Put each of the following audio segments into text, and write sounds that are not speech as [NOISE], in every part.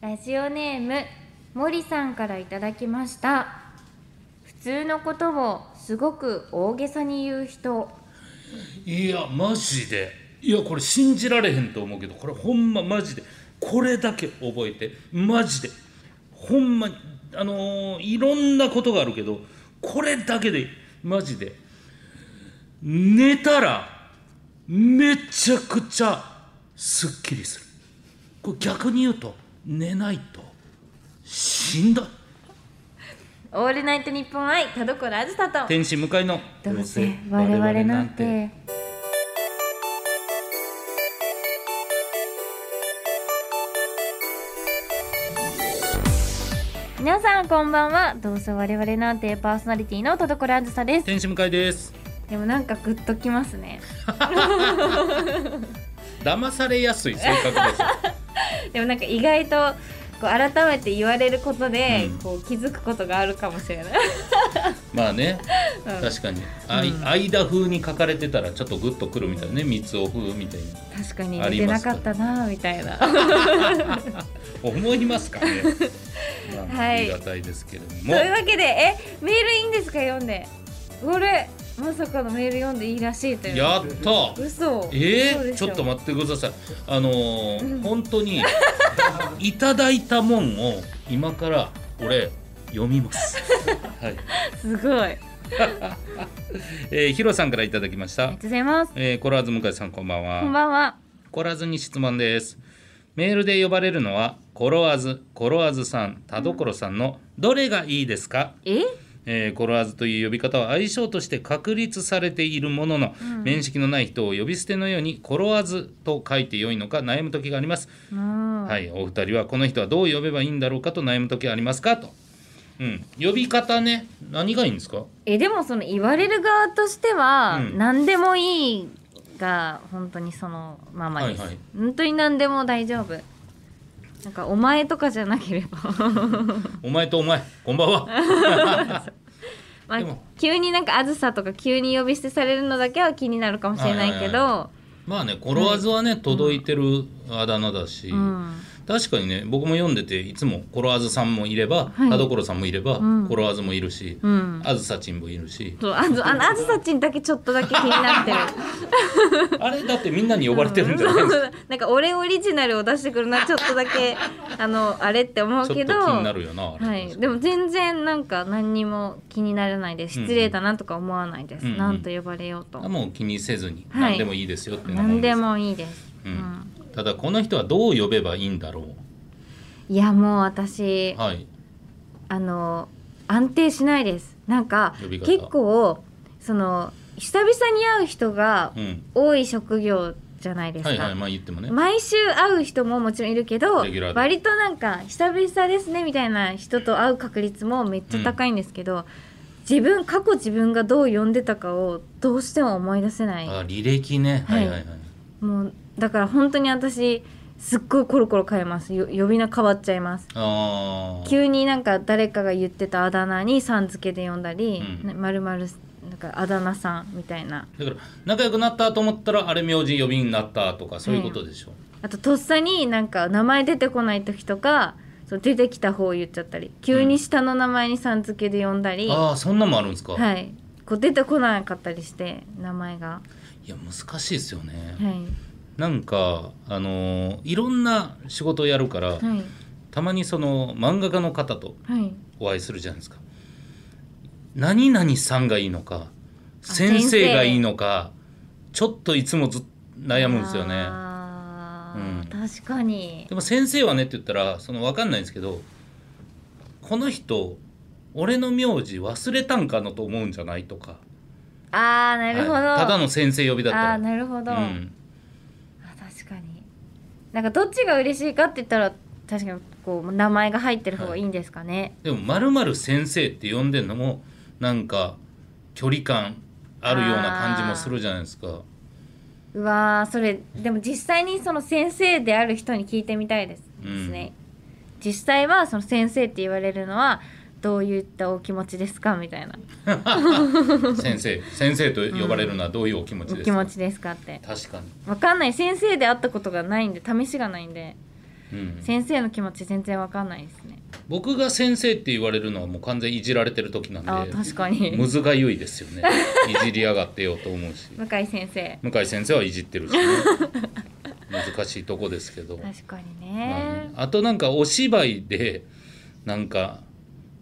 ラジオネーム森さんからいただきました普通のことをすごく大げさに言う人いやマジでいやこれ信じられへんと思うけどこれほんまマジでこれだけ覚えてマジでほんまにあのーいろんなことがあるけどこれだけでマジで寝たらめちゃくちゃすっきりするこれ逆に言うと寝ないと死んだオールナイトニッポン愛田所あずさと天使向かいのどうせ我々なんて皆さんこんばんはどうせ我々なんてパーソナリティの田所あずさです天使向かいですでもなんかグッときますね騙されやすい性格ですでもなんか意外とこう改めて言われることで、うんこう気づくことがあるかもしれないまあね、うん確かに、あい間風に書かれてたらちょっとグッとくるみたいなね三尾風みたいに確かにあ似りてまなすかかったなみたい [LAUGHS] な思います [LAUGHS] かね、まあはいありがたいですけれどともいうわけでえメールいいんですか読んでこれまさかのメール読んでいいらしいというやった嘘え嘘ー、でしちょっとっ待ってくださいあのー本当にいただいたもんを今から俺読みます、 [LAUGHS] はいてすごいありえー、ヒロさんからいただきましがたとう、ございますえー、コラーズ向井さんこんばんはこんばんはコラーズに質問ですメールで呼ばれるのはコロワーズコロワーズさん田所さんのどれがいいですか、ええーコロワーズという呼び方は愛称として確立されているものの、面識のない人を呼び捨てのようにコロワーズと書いてよいのか悩む時があります、うんはいお二人はこの人はどう呼べばいいんだろうかと悩む時ありますかと、うん、呼び方ね何がいいんですかえでもその言われる側としては、うん何でもいいが本当にそのままです、はいはい本当に何でも大丈夫なんかお前とかじゃなけれ [LAUGHS] ばお前とお前こんばんはまあでも急になんかあずさとか急に呼び捨てされるのだけは気になるかもしれないけど、まあねコロワーズはね届いてるあだ名だし、うん、確かにね僕も読んでていつもコロワーズさんもいれば、はい田所さんもいれば、うんコロワーズもいるし、うん、あずさちんもいるしそうあずあの [LAUGHS] あずさちんだけちょっとだけ気になってるあれだってみんなに呼ばれてるんじゃ [LAUGHS] ないですかなんか俺オリジナルを出してくるのはちょっとだけあのあれって思うちょけっと気どになるよなあれ、はい、でも全然なんか何にも気にならないですうんうん失礼だなとか思わないです、うんうんなんと呼ばれようと、あもう気にせずにはい何でもいいですよってなるん何で、ですもいいです、ううんんただこの人はどう呼べばいいんだろいやもう私うはいあの安定しないですなんか呼び方結構その久々に会う人がうん多い職業じゃないですか、はいはいまあ言ってもね毎週会う人ももちろんいるけどレギュラーで割となんか久々ですねみたいな人と会う確率もめっちゃ高いんですけど、自分過去自分がどう呼んでたかをどうしても思い出せないあ履歴ねははいいはいはい、もうだから本当に私すっごいコロコロ変えますよ呼び名変わっちゃいますああ急になんか誰かが言ってたあだ名にさん付けで呼んだりうん「まるまるなんかあだ名さん」みたいなだから仲良くなったと思ったらあれ名字呼びになったとかそういうことでしょ、あととっさになんか名前出てこない時とかそう出てきた方を言っちゃったり急に下の名前にさん付けで呼んだり、ああそんなんもあるんですか、、はいこう出てこなかったりして名前が、はいや難しいですよね、いなんかあのーいろんな仕事をやるから、はいたまにその漫画家の方とはい、お会いするじゃないですか何々さんがいいのかあ先先生生がいいのかちょっといつもずっ悩むんですよねあうんー確かにでも先生はねって言ったらその分かんないんですけどこの人俺の名字忘れたんかなと思うんじゃないとかあーなるほど、はいただの先生呼びだったらあーなるほど、うんあ確かになんかどっちが嬉しいかって言ったら確かにこう名前が入ってる方がいいんですかね、でも「まるまる先生」って呼んでんのもなんか距離感あるような感じもするじゃないですかうわーそれでも実際にその先生である人に聞いてみたいです,、うんね実際はその先生って言われるのはどういったお気持ちですかみたいな先 [LAUGHS] 生先生と呼ばれるのはどういうお気持ちおです気か、持ちですかって確かにわかんない先生で会ったことがないんで試しがないんでうん先生の気持ち全然わかんないですね僕が先生って言われるのはもう完全いじられてる時なんあで確かにむずがゆいですよ [LAUGHS] ねいじりやがってよと思うし向井先生向井先生はいじっ [LAUGHS] てるし、ね、難しいとこですけど、確かにうねんあとなんかお芝居でなんか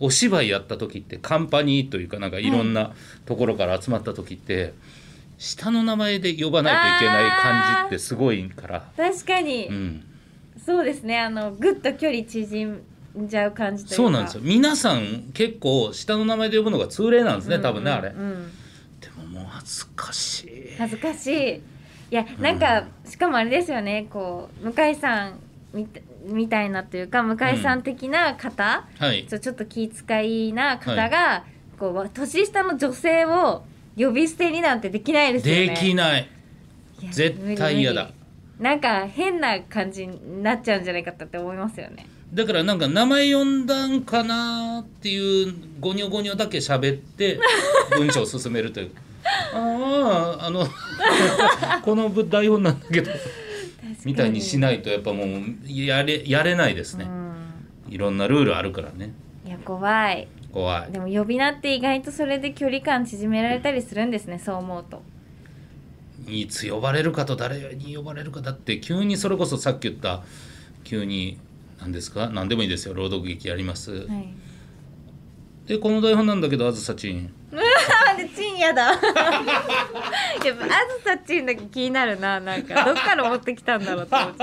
お芝居やった時ってカンパニーというかなんかいろんなところから集まった時って、下の名前で呼ばないといけない感じってすごいから、確かに、うん、そうですねあのぐっと距離縮んじゃう感じというかそうなんですよ皆さん結構下の名前で呼ぶのが通例なんですね多分ねあれ、うんうんでももう恥ずかしい恥ずかしいいやなんか、しかもあれですよねこう向井さんみたみたいなというか向井さん的な方、はいちょちょっと気遣いな方が、こうわ年下の女性を呼び捨てになんてできないですよねできないいや絶対嫌だ無理無理なんか変な感じになっちゃうんじゃないかって思いますよねだからなんか名前呼んだんかなっていうゴニョゴニョだけ喋 [LAUGHS] って文章を進めるというあああの [LAUGHS] この舞台本なんだけどみたいにしいないとやっぱもうやれやれないですね、いろんなルールあるからねいや怖い怖いでも呼び名って意外とそれで距離感縮められたりするんですねそう思うといつ呼ばれるかと誰に呼ばれるかだって急にそれこそさっき言った急に何ですか何でもいいですよ朗読劇やります、はいでこの台本なんだけどあずさちんうわーでチンやだやっぱあずさチンだけ気になるななんかどっから持ってきたんだろうと思ってい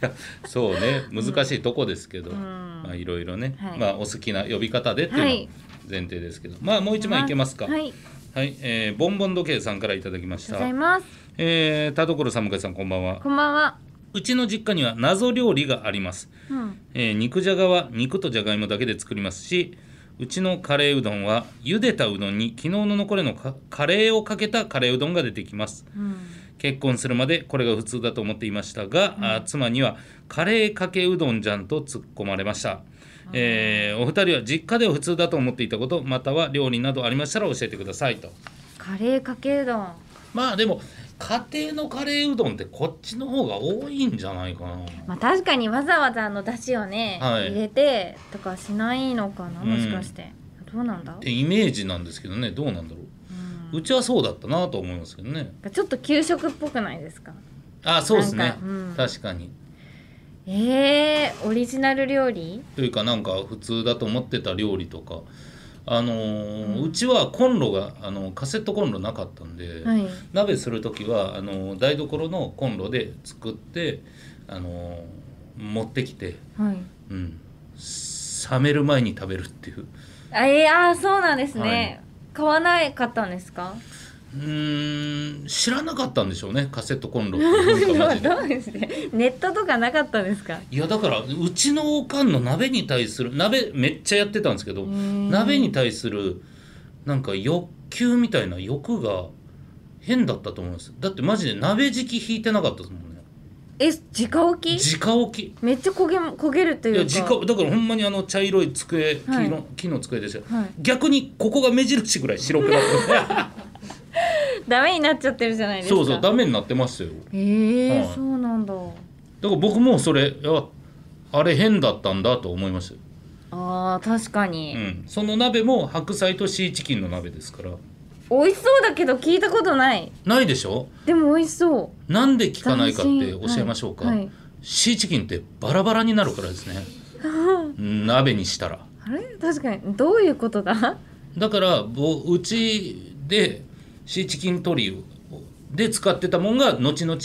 やそうね難しいとこですけど、まあいろいろね、はいまあお好きな呼び方でっていうのははい前提ですけど、まあもう一枚いけますか。はいありはいえーボンボン時計さんからいただきましがとうごたざい。ますえー、田所さん向井さんこんばんは。こんばんはうちの実家には謎料理があります。うんえー肉じゃがは肉とじゃがいもだけで作りますし。うちのカレーうどんは茹でたうどんに昨日の残りのかカレーをかけたカレーうどんが出てきますうん結婚するまでこれが普通だと思っていましたが、あ妻にはカレーかけうどんじゃんと突っ込まれました、えーお二人は実家では普通だと思っていたことまたは料理などありましたら教えてくださいとカレーかけうどんまあでも家庭のカレーうどんってこっちの方が多いんじゃないかなまあ確かにわざわざあの出汁をね、はい入れてとかしないのかなもしかして、どうなんだっ、てイメージなんですけどねどうなんだろうううちはそうだったなと思いますけどねん、ちょっと給食っぽくないですかあそうですなんねか、うん確かにえー、オリジナル料理というかなんか普通だと思ってた料理とかあのーうちはコンロがあのカセットコンロなかったんで、はい鍋する時はあのー台所のコンロで作ってあのー持ってきて、はいうん、冷める前に食べるっていうあえー、あーそうなんですね、買わないかったんですかうーん知らなかったんでしょうねカセットコンロっていう文化マジでどうですねネットとかなかったんですかいやだからうちのおかんの鍋に対する鍋めっちゃやってたんですけどん鍋に対するなんか欲求みたいな欲が変だったと思いますだってマジで鍋敷き引いてなかったですもんねえ直置き直置きめっちゃ焦げ焦げるといいやうか直だからほんまにあの茶色い机木の,、はい木の机ですよ、はい逆にここが目印ぐらい白くな [LAUGHS] ってダメになっちゃってるじゃないでするかそうそうダメになってましたよえーはいそうなんだだから僕もそれいやあれ変だったんだと思いましたよあー確かうに、ん、その鍋も白菜とシーチキンの鍋ですから美味しそうだけど聞いたことないないでしょでも美味しそうなんで聞かないかって教えましょうか、はいはいシーチキンってバラバラになるからです [LAUGHS] ね鍋にしたらあれ確かにどういうことだだからぼうちでシーチキントリオで使ってたもんが後々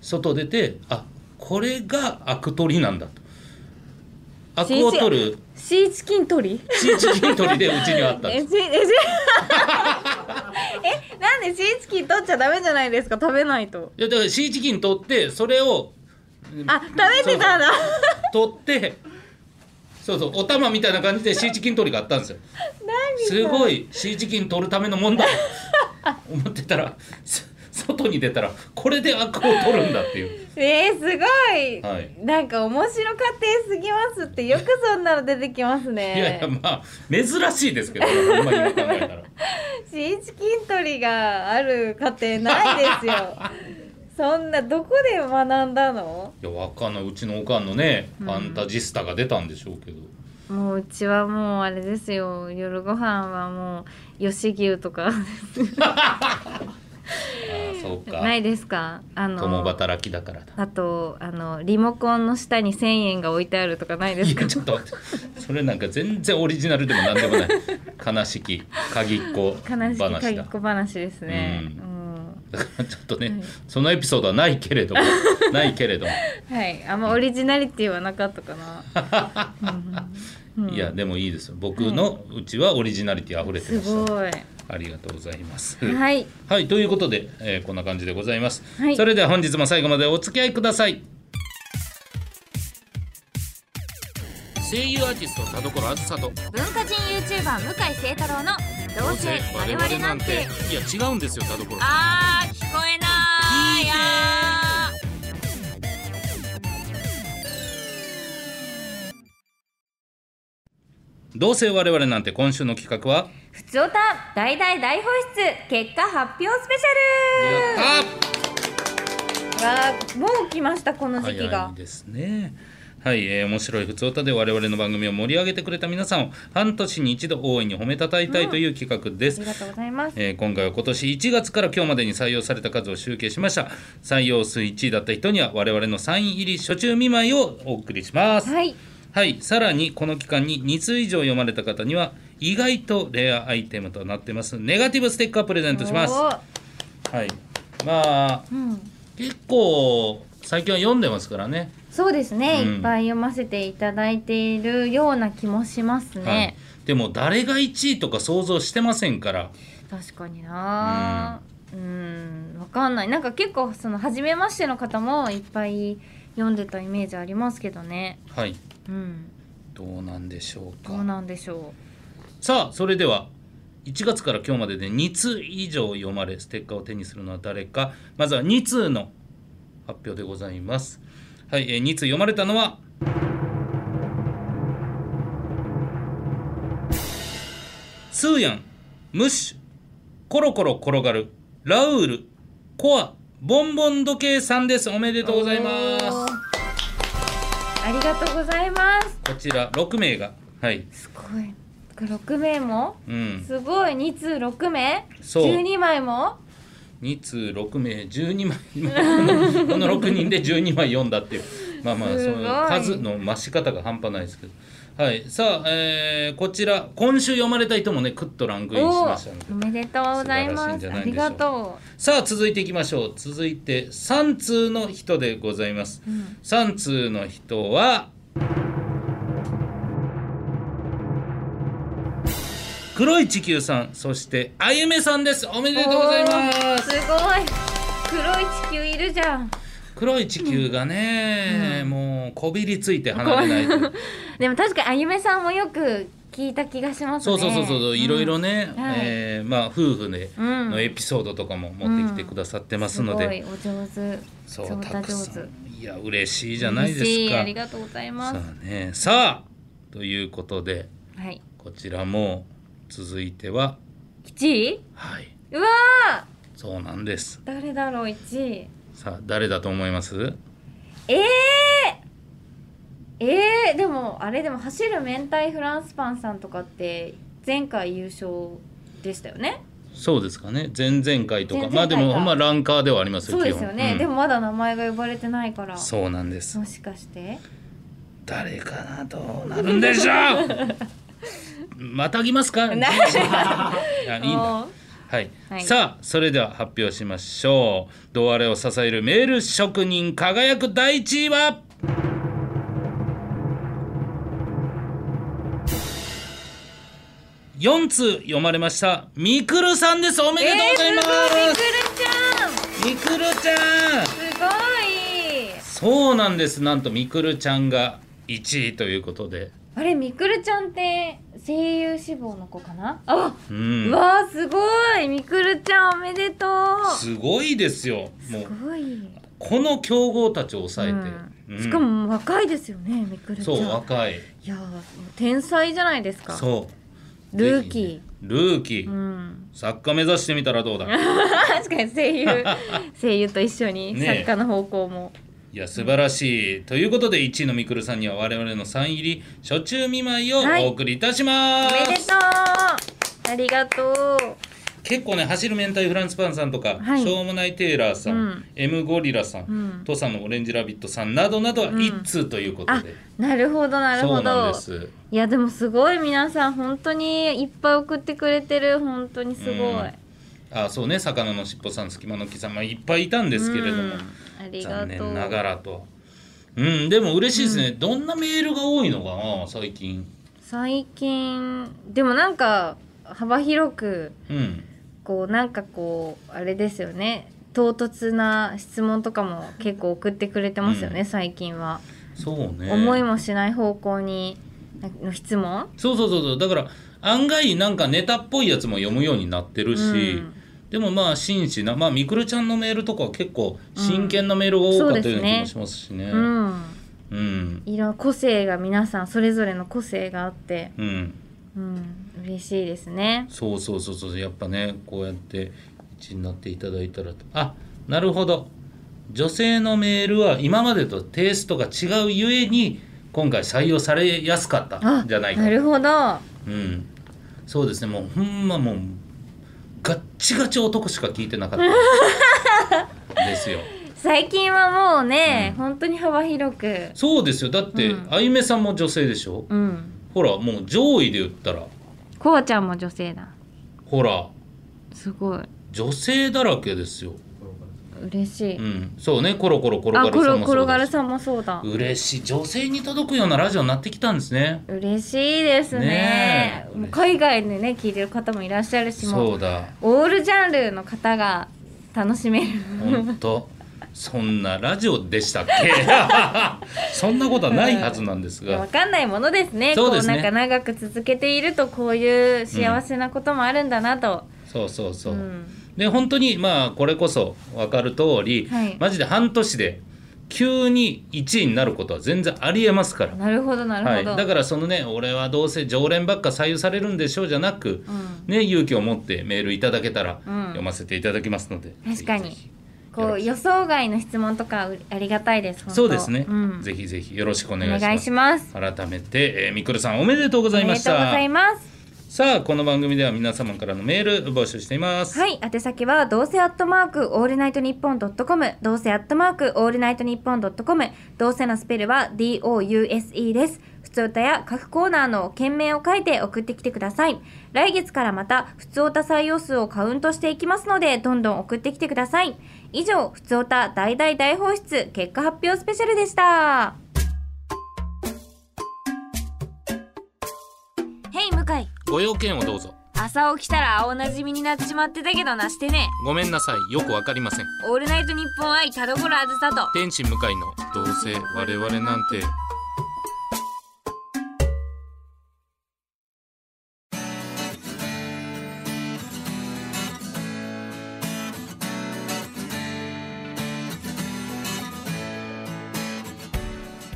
外出てあこれがアク取りなんだとアクを取るシーチキン取りシーチキン取りでうちにはあったんえ [LAUGHS] ですしえし [LAUGHS] えなんでシーチキン取っちゃダメじゃないですか食べないといやだからシーチキン取ってそれをあ食べてたんだ [LAUGHS] 取ってそうそうお玉みたいな感じでシーチキン取りがあったんですよすごいシーチキン取るためのもんだ思ってたらそ外に出たらこれでアクを取るんだっていうえー、すごい、はいなんか面白かってすぎますってよくそんなの出てきますねいや [LAUGHS] いやまあ珍しいですけどほんまに今考えたら [LAUGHS] シーチキン取りがある家庭ないですよそそんなどこで学んだのいやわかんないうちのおかんのねファンタジスタが出たんでしょうけど、もううちはもうあれですよ夜ご飯はもう吉牛とかああそうかないですかあの共働きだからだあとあのリモコンの下に1,000円が置いてあるとかないでいすかやちょっと待ってそれなんか全然オリジナルでも何でもない悲しき鍵っ子悲し話きかぎだっこ話ですね、ううんだからちょっとね、はいそのエピソードはないけれ [LAUGHS] どもないけれども、はいあんまオリジナリティはなかったかな、うんうんいやでもいいですよ僕のうちはオリジナリティ溢れてすました、ごいありがとうございますはいはい、ということで、えーこんな感じでございます、はいそれでは本日も最後までお付き合いください声優アーティスト田所あずさと文化人 YouTuber 向井聖太郎の「どいや違うんですよ田所あー聞こえないいやどうせ我々なんて今週の企画はふつおた大大大放出結果発表スペシやっャルわーもう来ましたこのた時期早がいですねはい、えー面白い普通歌で我々の番組を盛り上げてくれた皆さんを半年に一度大いに褒めたたいたいという企画であす、りがとうございますえー今回は今年1月から今日までに採用された数を集計しました採用数1位だった人には我々のサイン入り初中見舞いをお送りしますはい、はいさらにこの期間に2通以上読まれた方には意外とレアアイテムとなってますネガティブステッカープレゼントしますおはーいまあうん結構最近は読んでますからねそうですね、うんいっぱい読ませていただいているような気もしますはいね、でも誰が1位とか想像してませんから確かになうんわかんないなんか結構その初めましての方もいっぱい読んでたイメージありますけどねはいうんどうなんでしょうかどうなんでしょさあそれでは1月から今日までで2通以上読まれステッカーを手にするのは誰かまずは2通の発表でございますはい、えー、2通読まれたのはスーヤンムッシュコロコロ転がるラウールコアボンボン時計さんですおめでうとうございますおーありがとうございますこちら6名がはいすごい6名もうんすごい2通6名そう12枚も2通6名12枚 [LAUGHS] この6人で12枚読んだっていうまあまあそすごいの数の増し方が半端ないですけどはいさあ、えーこちら今週読まれた人もねクッとランクインしおましたのでーおめでとうござい素晴らしいんまじすゃなあいでりしょうかがとさあ続いていきましょう続いて3通の人でございます、ん3通の人は黒い地球さんそしてあゆめさんですおめうでとうございまおーすすごい黒い地球いるじゃん黒い地球がね、もうこびりついて離れな [LAUGHS] いとでも確かにあゆめさんもよく聞いた気がしますねそうそうそうそう、いろいろねね、はいえーまあ夫婦でうんのエピソードとかも持ってきてくださってますので、ごいお上手そう上手た上くさ手んいや嬉しいじゃないです嬉しかありがとうございますさあねさあということではいこちらも続いては1位はい、うわーそうなんです誰だろう1位さあ誰だと思いますえー、えー、でもあれでも走る明太フランスパンさんとかって前回優勝でしたよねそうですかね前々回とか前々回かまあでもほんまランカーではありますよそうですよね、基本うんでもまだ名前が呼ばれてないからもそうなんですしかして誰かなどうなるんで [LAUGHS] しょうまたぎますか [LAUGHS] あいいんなだおーはい、はいさあそれでは発表しましょうドアレを支えるメール職人輝く第一位は4通読まれましたみくるさんですおめでとうございまえー、す、すみごいみくくるちゃんるちゃんすごいそうなんですなんとみくるちゃんが1位ということであれみくるちゃんって声優志望の子かなあ、ううんわあすごいみくるちゃんおめでとうすすごいですよもうごい、この強豪たちを抑えて、うんうんしかも若いですよねみくるちゃんそう若いいやーもう天才じゃないですかそうルーぜひキねルーキー、ー、うん、作家目指してみたらどう [LAUGHS] だ確かに [LAUGHS] 声優声優と一緒にねえ作家の方向も、いや素晴らしいということで1位のみくるさんには我々のサイン入り初中見舞いをはいお送りいたします、おめでとうありがとう結構ね走る明太フランスパンさんとか、はいしょうもないテイラーさん、う M ゴリラさん、うん土佐のオレンジラビットさんなどなどはうん1通ということあで、なるほどなるそほうなどんですいやでもすごい皆さん本当にいっぱい送ってくれてる本当にすごい、うんあそうね魚のしっぽさん隙間の木さん、まあ、いっぱいいたんですけれども、うんありが残とう念ながらとうんでも嬉しいですね、どんなメールが多いのかな最近最近でもなんか幅広くうんこうなんかこうあれですよね唐突な質問とかも結構送ってくれてますよね、うん最近は、そうね思いもしない方向になの質問そうそうそうそうだから案外なんかネタっぽいやつも読むようになってるし、うんでもまあ真摯なまあみくるちゃんのメールとかは結構真剣なメールが多かったような気もしますしねううんんうん、いろんな個性が皆さんそれぞれの個性があってうん嬉しいですねそうそうそうそうやっぱねこうやって一位になっていただいたらとあなるほど女性のメールは今までとテイストが違うゆえに今回採用されやすかったあんじゃないかなるほどうん、そうですねもうほんまもうガッチガチ男しか聞いてなかった [LAUGHS] ですよ最近はもうね、うん本当に幅広くそうですよだって、うんあゆめさんも女性でしょうんほらもう上位で言ったらこうちゃんも女性だほらすごい女性だらけですよ、嬉しい、うん、そうねコロコロ転があるコさロんもコそロうガだルしさんもそうだ嬉しい女性に届くようなラジオになってきたんですね嬉しいですねねえもう海外でね聞いてる方もいらっしゃるしもそううだオールジャンルの方が楽しめる本当そんなラジオでしたっけ [LAUGHS] そんなことはないはずなんですがわかん [LAUGHS] ないものですねそうですこねうなんか長く続けているとこういう幸せなこともあるんだなと、そうそうそうう、んで本当にまあこれこそ分かる通り、はいマジで半年で急に1位になることは全然ありえますから、なるほどなはるい、ほど、だからそのね俺はどうせ常連ばっか採用されるんでしょうじゃなく、うんね、勇気を持ってメールいただけたらうん読ませていただきますので、確かにぜひぜひこう予想外の質問とかうありがたいです本当そうですね、うん、ぜひぜひよろしくおお願いします願いします改めて、えーみくるさんおめでとうごおざいめでまとうごしたざいますさあこの番組では皆様からのメール募集しています、はい、宛先はどうせアットマークオールナイトニッポンドットコム、どうせアットマークオールナイトニッポンドットコム、どうせのスペルは D O U S E です。普通歌や各コーナーの件名を書いて送ってきてください。来月からまた普通歌採用数をカウントしていきますので、どんどん送ってきてください。以上、普通歌大大大放出結果発表スペシャルでした。ヘイ向井ご用件をどうぞ朝起きたら青なじみになっちまってたけどなしてねごめんなさいよくわかりませんオールナイトニッポン愛田所あずさと天使向かいのどうせ我々なんて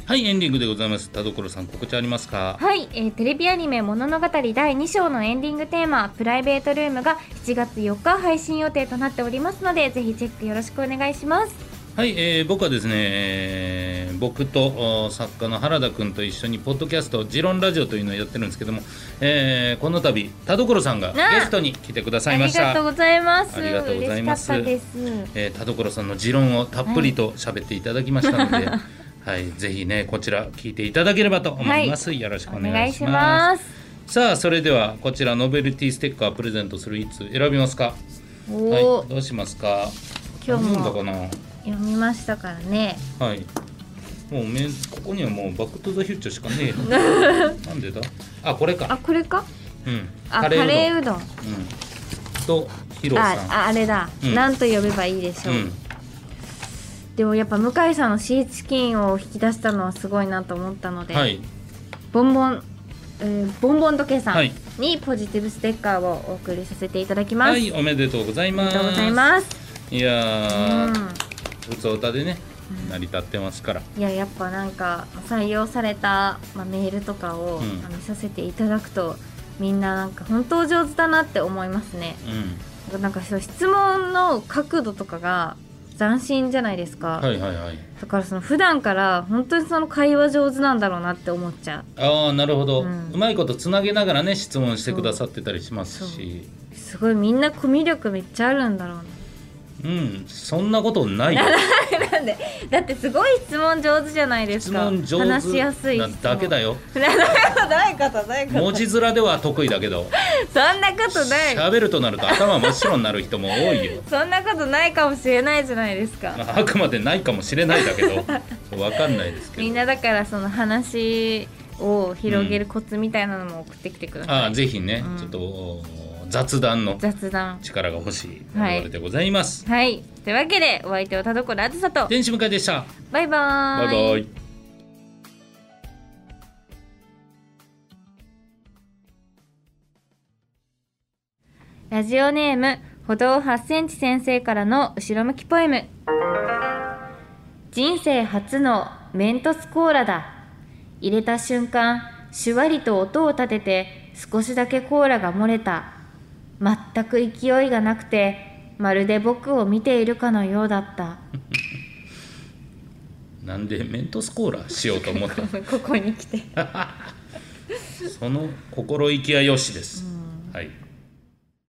はいエンディングでございます田所さん告知ありますかはい、えーテレビアニメ「物の語」第2章のエンディングテーマ「プライベートルーム」が7月4日配信予定となっておりますのでぜひチェックよろしくお願いしますはい、えー僕はですね、えー僕とお作家の原田君と一緒にポッドキャスト「ジロンラジオ」というのをやってるんですけども、えーこの度田所さんがゲなあストに来てくださあいまりしがとうごた。ざいますありがとうございます嬉しかったですえー田所さんの持論をたっぷりと喋っていただきましたの [LAUGHS] で、はいぜひねこちら聞いていただければと思います、よろしくおお願願いいししますますさあそれではこちらノベルティステッカープレゼントするいつ選びますかおはいお、どうしますか今日も読んだか読みましたからねなはいもうめここにはもうバックトゥザフューチャーしかねえよ [LAUGHS] なんでだあこれあかこれかうんあカレーカレーううどんどん、うん、とヒロあさああれだ、うんなんと呼べばいいでしんょうう、んでもやっぱ向井さんのシーチキンを引き出したのはすごいなと思ったので、はいボンボン、えーボンボン時計さはんいにポジティブステッカーをお送りさせていただきます、はあいおめでとうございりまがすとうございます、いやー、う普通歌でね成り立ってますからん、いややっぱなんか採用された、まあ、メールとかを、うんあの見させていただくとみんななんか本当上手だなって思いますねうんなんかそう質問の角度とかが斬新じゃないですか、はいはいはいだからその普段から本当にその会話上手なんだろうなって思っちゃああなるほど、ううんまいことつなげながらね質問してくださってたりしますしうすごいみんなコミュ力めっちゃあるんだろううんそんなことないよななんでだってすごい質問上手じゃないです質か問上話し手やすい質な問だ [LAUGHS] けだよどういうことどういうこと文字面では得意だけどそんなことない喋るとなると頭真っ白になる人も多いよ [LAUGHS] そんなことないかもしれないじゃないですかまああくまでないかもしれないだけど [LAUGHS] わかんないですけどみんなだからその話を広げるコツみたいなのも送ってきてください、ああぜひね、うんちょっとお雑談の雑談力が欲しいはい我々でございます、はいというわけでお相手は田所あずさと電子向かいでしたバイバーバイバイラジオネーム歩道8センチ先生からの後ろ向きポエム人生初のメントスコーラだ入れた瞬間シュワリと音を立てて少しだけコーラが漏れた全く勢いがなくてまるで僕を見ているかのようだった [LAUGHS] なんでメントスコーラしようと思ったここに来てその心意気はよしです、はい